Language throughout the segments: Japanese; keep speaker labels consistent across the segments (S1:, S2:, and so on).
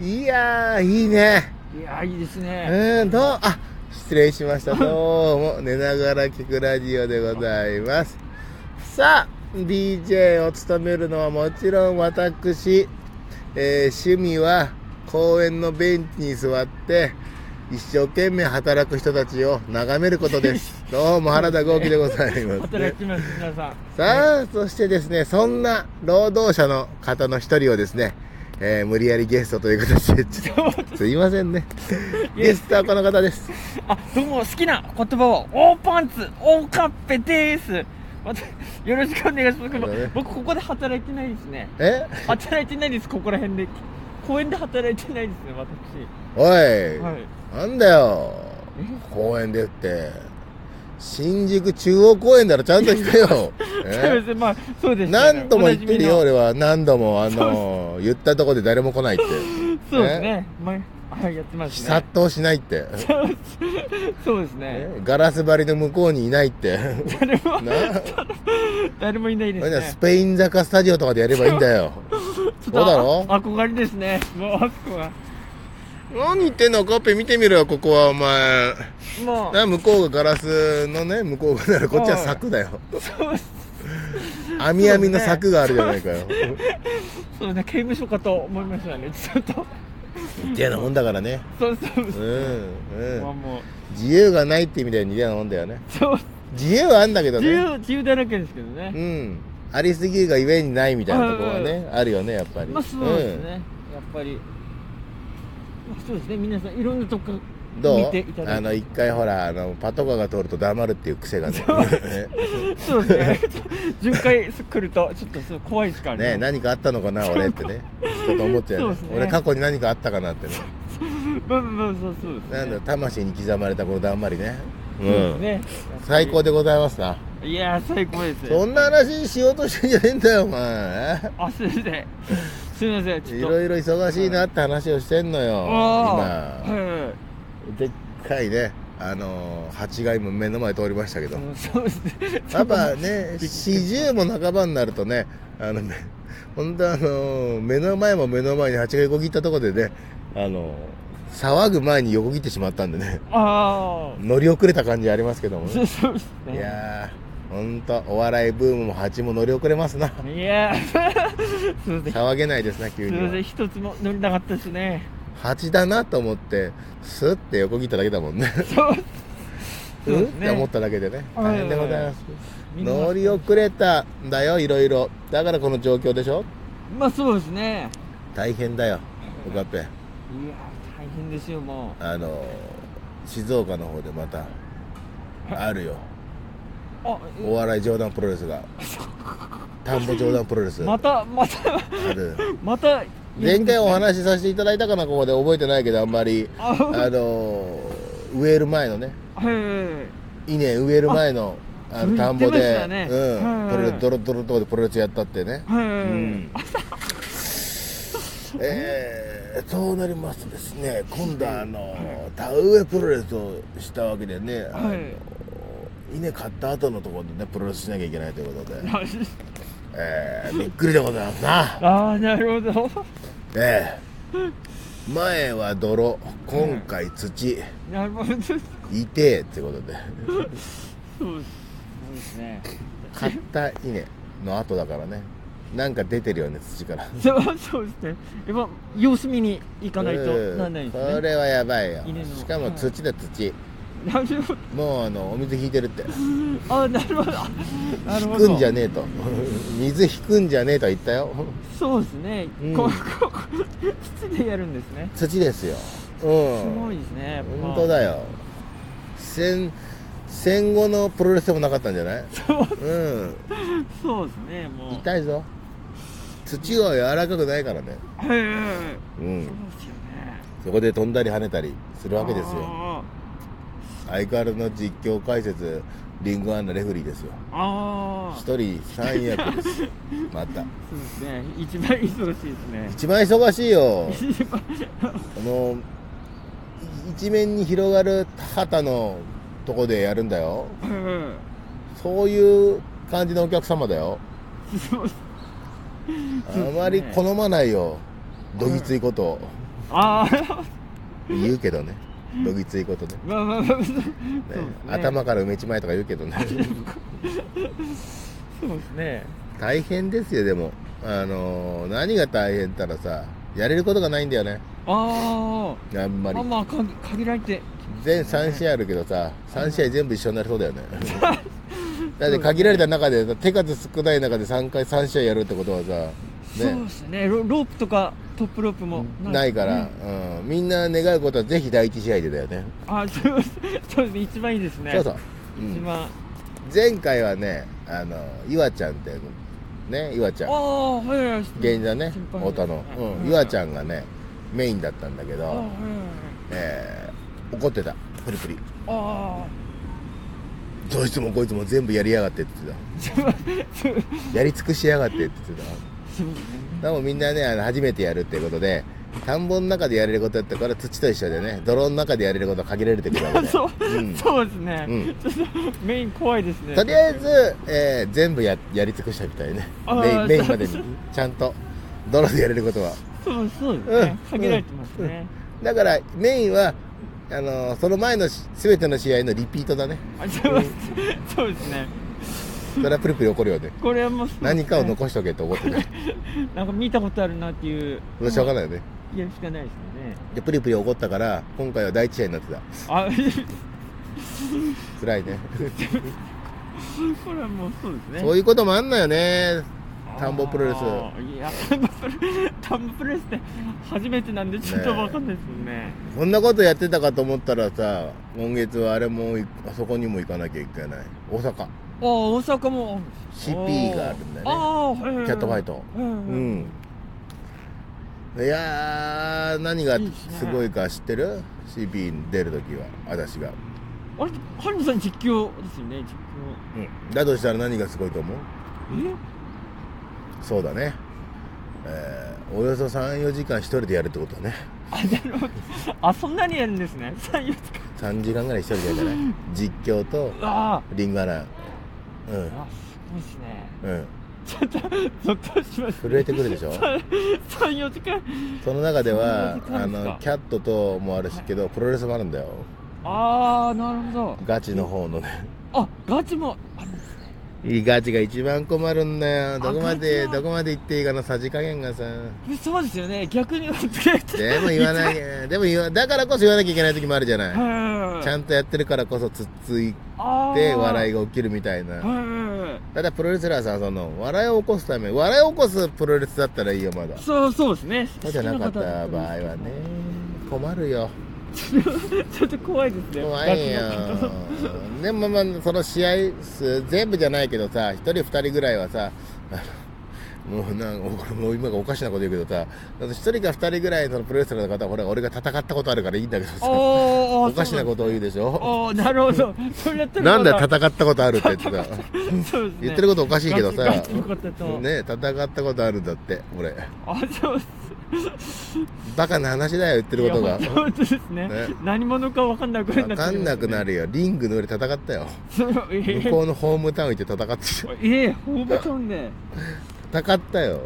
S1: いやー、いいね。
S2: いやーいいですね。
S1: うん、どう、あ、失礼しました。どうも、寝ながら聞くラジオでございます。さあ、DJ を務めるのはもちろん私、えー趣味は公園のベンチに座って、一生懸命働く人たちを眺めることです。どうも原田豪輝でございます。
S2: 働きます皆さん。
S1: さあ、そしてですね、そんな労働者の方の一人をですね、えー無理やりゲストという形で、ちょっと、すいませんね。ゲストはこの方です。
S2: あどうも好きな言葉はオーパンツオーカッペです。またよろしくお願いしま
S1: そ
S2: す。
S1: うだね
S2: 僕ここで働いてないですね。
S1: え
S2: 働いてないですここら辺で。公園で働いてないですね
S1: おい、
S2: 私。はい。
S1: なんだよ。公園でって。新宿中央公園なら ちゃんと来てよ。
S2: そうで
S1: え
S2: すねまあそうです、ね。
S1: 何度も言ってるよ、
S2: おな
S1: 俺は。何度も、あの、言ったとこで誰も来ないって。
S2: じみの。そうですね。前はいやってますね
S1: 殺。到しないって。
S2: そうですね。
S1: ガラス張りの向こうにいないって。
S2: 誰も
S1: な
S2: 誰もいないで
S1: それ
S2: す
S1: じゃあ
S2: ね
S1: ス。ペイン坂スタジオとかでやればいいんだよ。
S2: ちょっ
S1: そうだろ
S2: あ憧れですね。もうあそこは
S1: 何言ってんのカッペ見てみろよ、ここはお前。
S2: もう。
S1: な向こうがガラスのね、向こう側ならこっちは柵だよ。
S2: そう
S1: 網網の柵があるじゃないかよ。
S2: そうね、刑務所かと思いましたね、ちょっと。
S1: 似たようなもんだからね。
S2: そうそう
S1: う
S2: そ
S1: ん、
S2: う。
S1: う
S2: まあ
S1: ん。
S2: もう、
S1: 自由がないって意味では似たようなもんだよね。
S2: そう、
S1: 自由はあんだけど
S2: 自
S1: ね。
S2: 由、自由だらけですけど
S1: う
S2: ね。
S1: ん。ありすぎるがゆえにないみたいなところは
S2: はい
S1: ね、あるよね、やっぱり。
S2: まあそうですね、やっぱり。まあそうですね、皆さんいろんなとこ
S1: うん。ど
S2: 見
S1: う
S2: ていただ
S1: あ
S2: い
S1: の、
S2: て。
S1: 一回ほら、あの、パトカーが通ると黙るっていう癖 がね。ね
S2: そうですね、巡回来ると、ちょっとそう怖いですか ら
S1: ね
S2: ね。
S1: 何かあったのかな俺ってねちょっと思っちゃうよね
S2: そうですね
S1: 俺過去に何かあったかなってね
S2: まあまあまあそうそうですね。
S1: なんだ魂に刻まれたこのだんまりねう
S2: そうです
S1: ん、
S2: ね。
S1: 最高でございますない
S2: やー、最高ですね。
S1: そんな話しようとしてんじゃねえんだよお前
S2: あ、すいません。すいません、ち
S1: い
S2: ょっ
S1: ろ
S2: と。
S1: いろ忙しいなって話をしてんのよ
S2: あー
S1: 今
S2: はいはいはい
S1: でっかいねあのー蜂が今目の前通りましたけど
S2: うんそうですね。
S1: やっ ぱね40も半ばになるとねあのね本当あのー目の前も目の前に蜂が横切ったところでねあのー騒ぐ前に横切ってしまったんでね
S2: ああ。
S1: 乗り遅れた感じありますけども
S2: そ
S1: ね
S2: うそうです
S1: い
S2: ね。
S1: やーほんとお笑いブームも蜂も乗り遅れますない
S2: やー すいません。す
S1: 騒げないですな急
S2: い
S1: に
S2: ません、
S1: は
S2: 一つも乗れなかったです ね。
S1: 蜂だなと思ってスッて横切っただけだもんね
S2: そう。そううんで
S1: っ
S2: す
S1: て思っ
S2: ね。
S1: ただけでね大変でございます
S2: みんな
S1: 乗り遅れたんだよいろいろだからこの状況でしょ
S2: まあそうですね。
S1: 大変だよオカペ
S2: いやー、大変ですよ、も
S1: あの静岡の方でまたあるよ
S2: う。あ、
S1: お笑い冗談プロレスが田んぼ冗談プロレス
S2: また、また、
S1: ある
S2: また。
S1: 前回お話しさせていただいたかなここで覚えてないけどあんまり
S2: あ、はい
S1: あの植える前のね
S2: はいはい。
S1: 稲植える前のあの田んぼ
S2: 言ってまし
S1: で、
S2: たね
S1: うん、
S2: は
S1: プ
S2: い
S1: ロレスドロドロのとこでプロレスやったってね、
S2: は
S1: う
S2: いはいはい
S1: ん、えー、そうなりますとですね今度はあの田植えプロレスをしたわけでね、あの
S2: はい
S1: 稲買った後のところでねプロレスしなきゃいけないということで、
S2: あ
S1: えー、びっくりでございますな
S2: ー、なるほど。
S1: ええ前は泥今回土、
S2: なるほど。そう
S1: いてえってことで
S2: そうですね。
S1: 買った稲の後だからねなんか出てるよね土から
S2: そうそうですね。やっぱ様子見に行かないと
S1: うん
S2: なんないです
S1: そ
S2: ね。
S1: れはやばいよ
S2: 稲の
S1: しかも土だ土、
S2: なるほど。
S1: もうあのお水引いてるって
S2: あなるほどなる
S1: 引
S2: ほど
S1: くんじゃねえと水引くんじゃねえとは言ったよ
S2: そうですね、
S1: うん
S2: ここ土でやるんですね
S1: 土ですよう
S2: すごい
S1: ん
S2: ですねやっぱ
S1: 本当だよ戦戦後のプロレスでもなかったんじゃないうん
S2: そうですねもう
S1: 痛いぞ土は柔らかくないからね
S2: はいはいはいは
S1: う
S2: い
S1: ん
S2: そうですよね
S1: そこで飛んだり跳ねたりするわけですよ
S2: あ
S1: 相変わらずの実況解説リングアンのレフェリーですよ
S2: ーあー
S1: 一人三役ですまた
S2: そうですね一番忙しいですね
S1: 一番忙しいよ
S2: 一番
S1: あの一面に広がる田畑のとこでやるんだよ
S2: はいはいは
S1: そういう感じのお客様だよ
S2: いそう
S1: あまり好まないよどぎついことを
S2: ああ
S1: 言うけどねどぎついことでね
S2: まあまあまあそうですね
S1: 頭から埋めちまえとか言うけどね
S2: そうですね
S1: 大変ですよでもあのー何が大変ったらさやれることがないんだよね
S2: あ
S1: あん
S2: あ
S1: まり
S2: まあまあか限られて
S1: 全3試合あるけどさ3試合全部一緒になりそうだよ ねだって限られた中で手数少ない中で3回3試合やるってことはさ
S2: そうですねロロープとかトップロープも
S1: ないから、うん、みんな願うことはぜひ第一試合でだよね
S2: ああそうそうですね一番いいですね
S1: そうそう、う
S2: 一
S1: ん、
S2: 番、あ
S1: 前回はねあの岩ちゃんってね岩ちゃ
S2: あ
S1: ん
S2: はいはいはい
S1: 芸人だね
S2: 先輩
S1: 太田の、うん、岩ちゃんがねメインだったんだけ
S2: ああはい
S1: ど
S2: はい、
S1: えー怒ってたプリプリ
S2: はいあ
S1: どいつもこいつも全部やりやがってって言って
S2: あすいませんそうですね
S1: たやり尽くしやがってって言ってたでもみんなねあの初めてやるっていうことで田んぼの中でやれることやったから土と一緒でね泥の中でやれることは限られてくるわけで
S2: そう、
S1: うん
S2: そうですね、
S1: うん
S2: ちょっとメイン怖いですね
S1: とりあえず、えー全部ややり尽くしたみたいね
S2: あー
S1: メインメイン
S2: そ
S1: ま
S2: う
S1: でにちゃんと泥でやれることは
S2: そうそうですね、
S1: うん
S2: 限られてますね、
S1: だからメインはあのーその前のし全ての試合のリピートだね
S2: あすいませんそうですね
S1: それはプルプル怒るよね
S2: これはもうそうですね
S1: 何かを残しとけって怒ってない
S2: なんか見たことあるなっていう
S1: それしょうがないよね
S2: やるしかないですよね
S1: でプリプリ怒ったから今回は第一試合になってた
S2: あ
S1: 辛いね
S2: これはもうそうですね
S1: そういうこともあんのよね田んぼプロレス
S2: あーいや田んぼプロ田んぼプロレスって初めてなんでちょっとわかんないですもんね
S1: こんなことやってたかと思ったらさ今月はあれもいあそこにも行かなきゃいけない大阪
S2: ああ大阪も
S1: CP があるんだよね
S2: ああはいはいはい
S1: キャットファイト
S2: うん
S1: う
S2: うん
S1: んいやー何がすごいか知ってる ?CP に出るときは私が、
S2: あれハルさん実況ですよね実
S1: うん、だとしたら何がすごいと思う
S2: 況
S1: そうだねえーおよそ34時間一人でやるってことだね
S2: えあなるほどあそんなにやるんですね三遊使
S1: 3時間ぐらい一人でやるじゃない実況と
S2: うわ
S1: リンガラン
S2: ーあすごいですね
S1: うんうん
S2: ちょっと ゾッとします
S1: 震えてくるで しょ
S2: 三四時間
S1: その中では
S2: そんな
S1: あ
S2: 時間ですか
S1: のキャットともあるしけどプロレスもあるんだよ
S2: ああなるほ
S1: ガチの方のね
S2: どあガチもあるんですね
S1: いいガチが一番困るんだよどこまで
S2: ガチ
S1: ど
S2: は
S1: こまで行っていいかのさじ加減 がさ
S2: そうですよね逆に付き合って
S1: でも言わないでも言わだからこそ言わなきゃいけない時もあるじゃない
S2: は
S1: ちゃんとやってるからこそつっつい
S2: あ
S1: て笑い
S2: い
S1: が起きるみたい
S2: はい
S1: な
S2: はいはい
S1: ただプロレスラーさんその笑いを起こすため笑いを起こすプロレスだったらいいよまだ
S2: そうそうですね
S1: そうじゃなかった場合はね困るよ
S2: ちょっと怖いですね
S1: 怖いよ
S2: ガチの方
S1: でもまあその試合数全部じゃないけどさ1人2人ぐらいはさ あのもうなんかもう今がおかしなこと言うけどさ1人か2人ぐらいそのプロレスラーの方はほら俺が戦ったことあるからいいんだけどさお
S2: おー
S1: かしなことを言うでしょ
S2: おおなるほどそれやったら
S1: なんだよ
S2: ま
S1: 戦ったことあるって言ってた
S2: そうですね
S1: 言ってることおかしいけどさ
S2: ガチガチのことと
S1: ね戦ったことあるんだって俺
S2: あそうっす
S1: バカな話だよ言ってることが
S2: いや本当ですね
S1: ね
S2: 何者か分かんなくなっ
S1: 分かんなくなるよリングの上で戦ったよ
S2: 向
S1: 向こうのホームタウン行って戦って
S2: ええホームタウンで
S1: 戦ったよ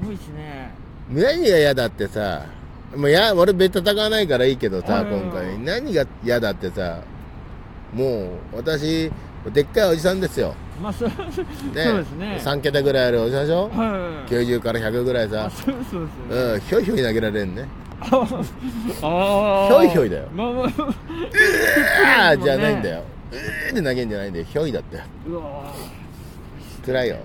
S2: すごいですね
S1: 何が嫌だってさもうや俺別に戦わないからいいけどさ
S2: うん
S1: 今回何が嫌だってさもう私でっかいおじさんですよ、
S2: まあそうそうですね
S1: 3桁ぐらいあるおじさんでしょ
S2: はいはいはい
S1: 90から100ぐらい
S2: あ
S1: さ
S2: そうそうですね
S1: うんひょいひょい投げられんね
S2: あ
S1: ひょいひょいだよ
S2: まあま
S1: あ
S2: あ
S1: あ
S2: そうですね
S1: じゃないんだようーって投げんじゃないんだよひょいだって
S2: うわ
S1: 辛いよ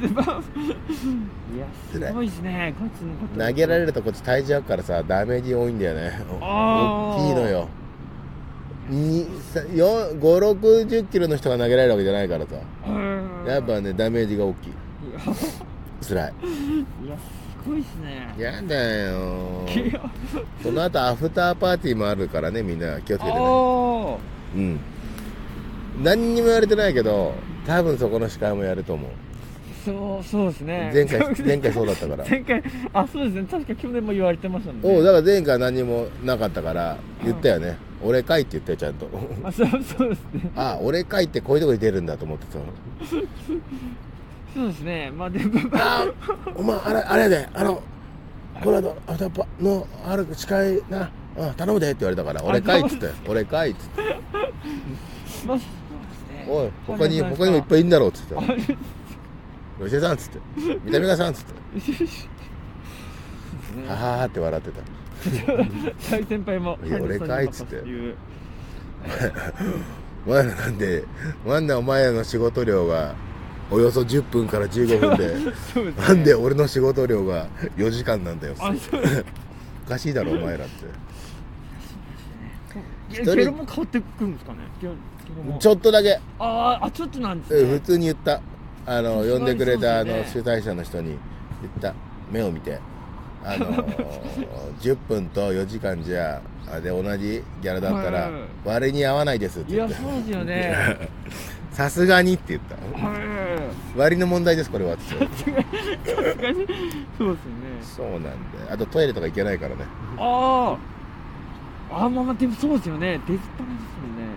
S2: ーいやすごいですねガチのこと
S1: 投げられるとこっち体重あるからさダメージ多いんだよね
S2: あ
S1: 大
S2: ー
S1: きいのよ5 6 0キロの人が投げられるわけじゃないからさ
S2: うん
S1: やっぱねダメージが大きい
S2: いや
S1: 辛い
S2: いやすごいですね
S1: やだよ
S2: いや
S1: その後アフターパーティーもあるからねみんな気をつけてね
S2: あ
S1: うん何にも言われてないけど多分そこの司会もやると思う
S2: ーそうそうですね
S1: 前回 前回そうだったから
S2: 前回あそうですね確か去年も言われてましたもん
S1: おう
S2: ね
S1: だから前回何にもなかったから言ったよね俺かいって言ったよちゃ んと
S2: あそうそうですね
S1: あ俺かいってこういうとこに出るんだと思ってたの
S2: そうですねまあでも
S1: あお前あれあれやであのこの間片っ端のある司会な、うん、頼むでって言われたから
S2: あ
S1: 俺かいっつって俺かいっつって
S2: まあそうですね
S1: おい他に他にもいっぱいいるんだろうっつって吉江さんっつって三田村さんっ つってはははって笑ってた
S2: 大先輩も
S1: いや俺かいっつって
S2: いう
S1: お前らなんでなんでお前らの仕事量がおよそ10分から15分 で
S2: そうですね
S1: なんで俺の仕事量が4時間なんだよ
S2: あそうですね
S1: おかしいだろお前ら って
S2: ゲ
S1: 人
S2: ゲロも変わってくるんですかねゲロゲロも
S1: ちょっとだけ
S2: あーあちょっとなんです
S1: え
S2: ね
S1: 普通に言ったあの
S2: すごい
S1: 呼んでくれた、
S2: そう
S1: あの
S2: です
S1: 主
S2: よ
S1: 催者の人に言った目を見てあの 10分と4時間じゃあで同じギャラだった
S2: は
S1: ら
S2: いはい
S1: 割に合わないですって
S2: い
S1: 言っ
S2: や
S1: て
S2: そうですよね
S1: さすがにって言った
S2: はい
S1: 割の問題ですこれはって
S2: そうですね
S1: そうなんだよあとトイレとか行けないからね
S2: あああーまあまあでもそうですよね出ずっぱなし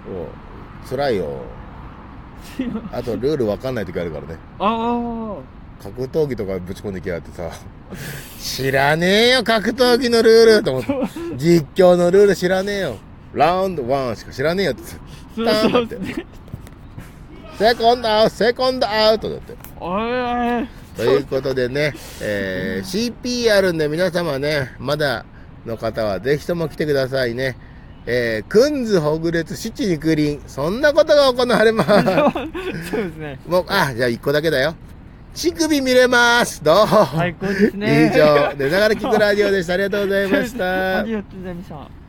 S1: もう辛いよ
S2: ですもんね
S1: あとルール分かんない時あるからね
S2: あ
S1: 格闘技とかぶち込んできやがってさ 知らねえよ格闘技のルールと思って実況のルール知らねえよラウンド1しか知らねえよって
S2: あそうそうで
S1: だ
S2: すね
S1: セコンドアウトセコンドアウトだって
S2: あ あ
S1: ということでね、えー CP あるんで皆様ねまだの方はぜひとも来てくださいねえー、くんずほぐれつ七肉林そんなことが行われます
S2: そうですね
S1: もうあじゃあ一個だけだよ乳首見れますどうも
S2: 最高ですね
S1: 以上、寝ながら聞くラジオでした。ありがとうございました
S2: あ。りがとうございました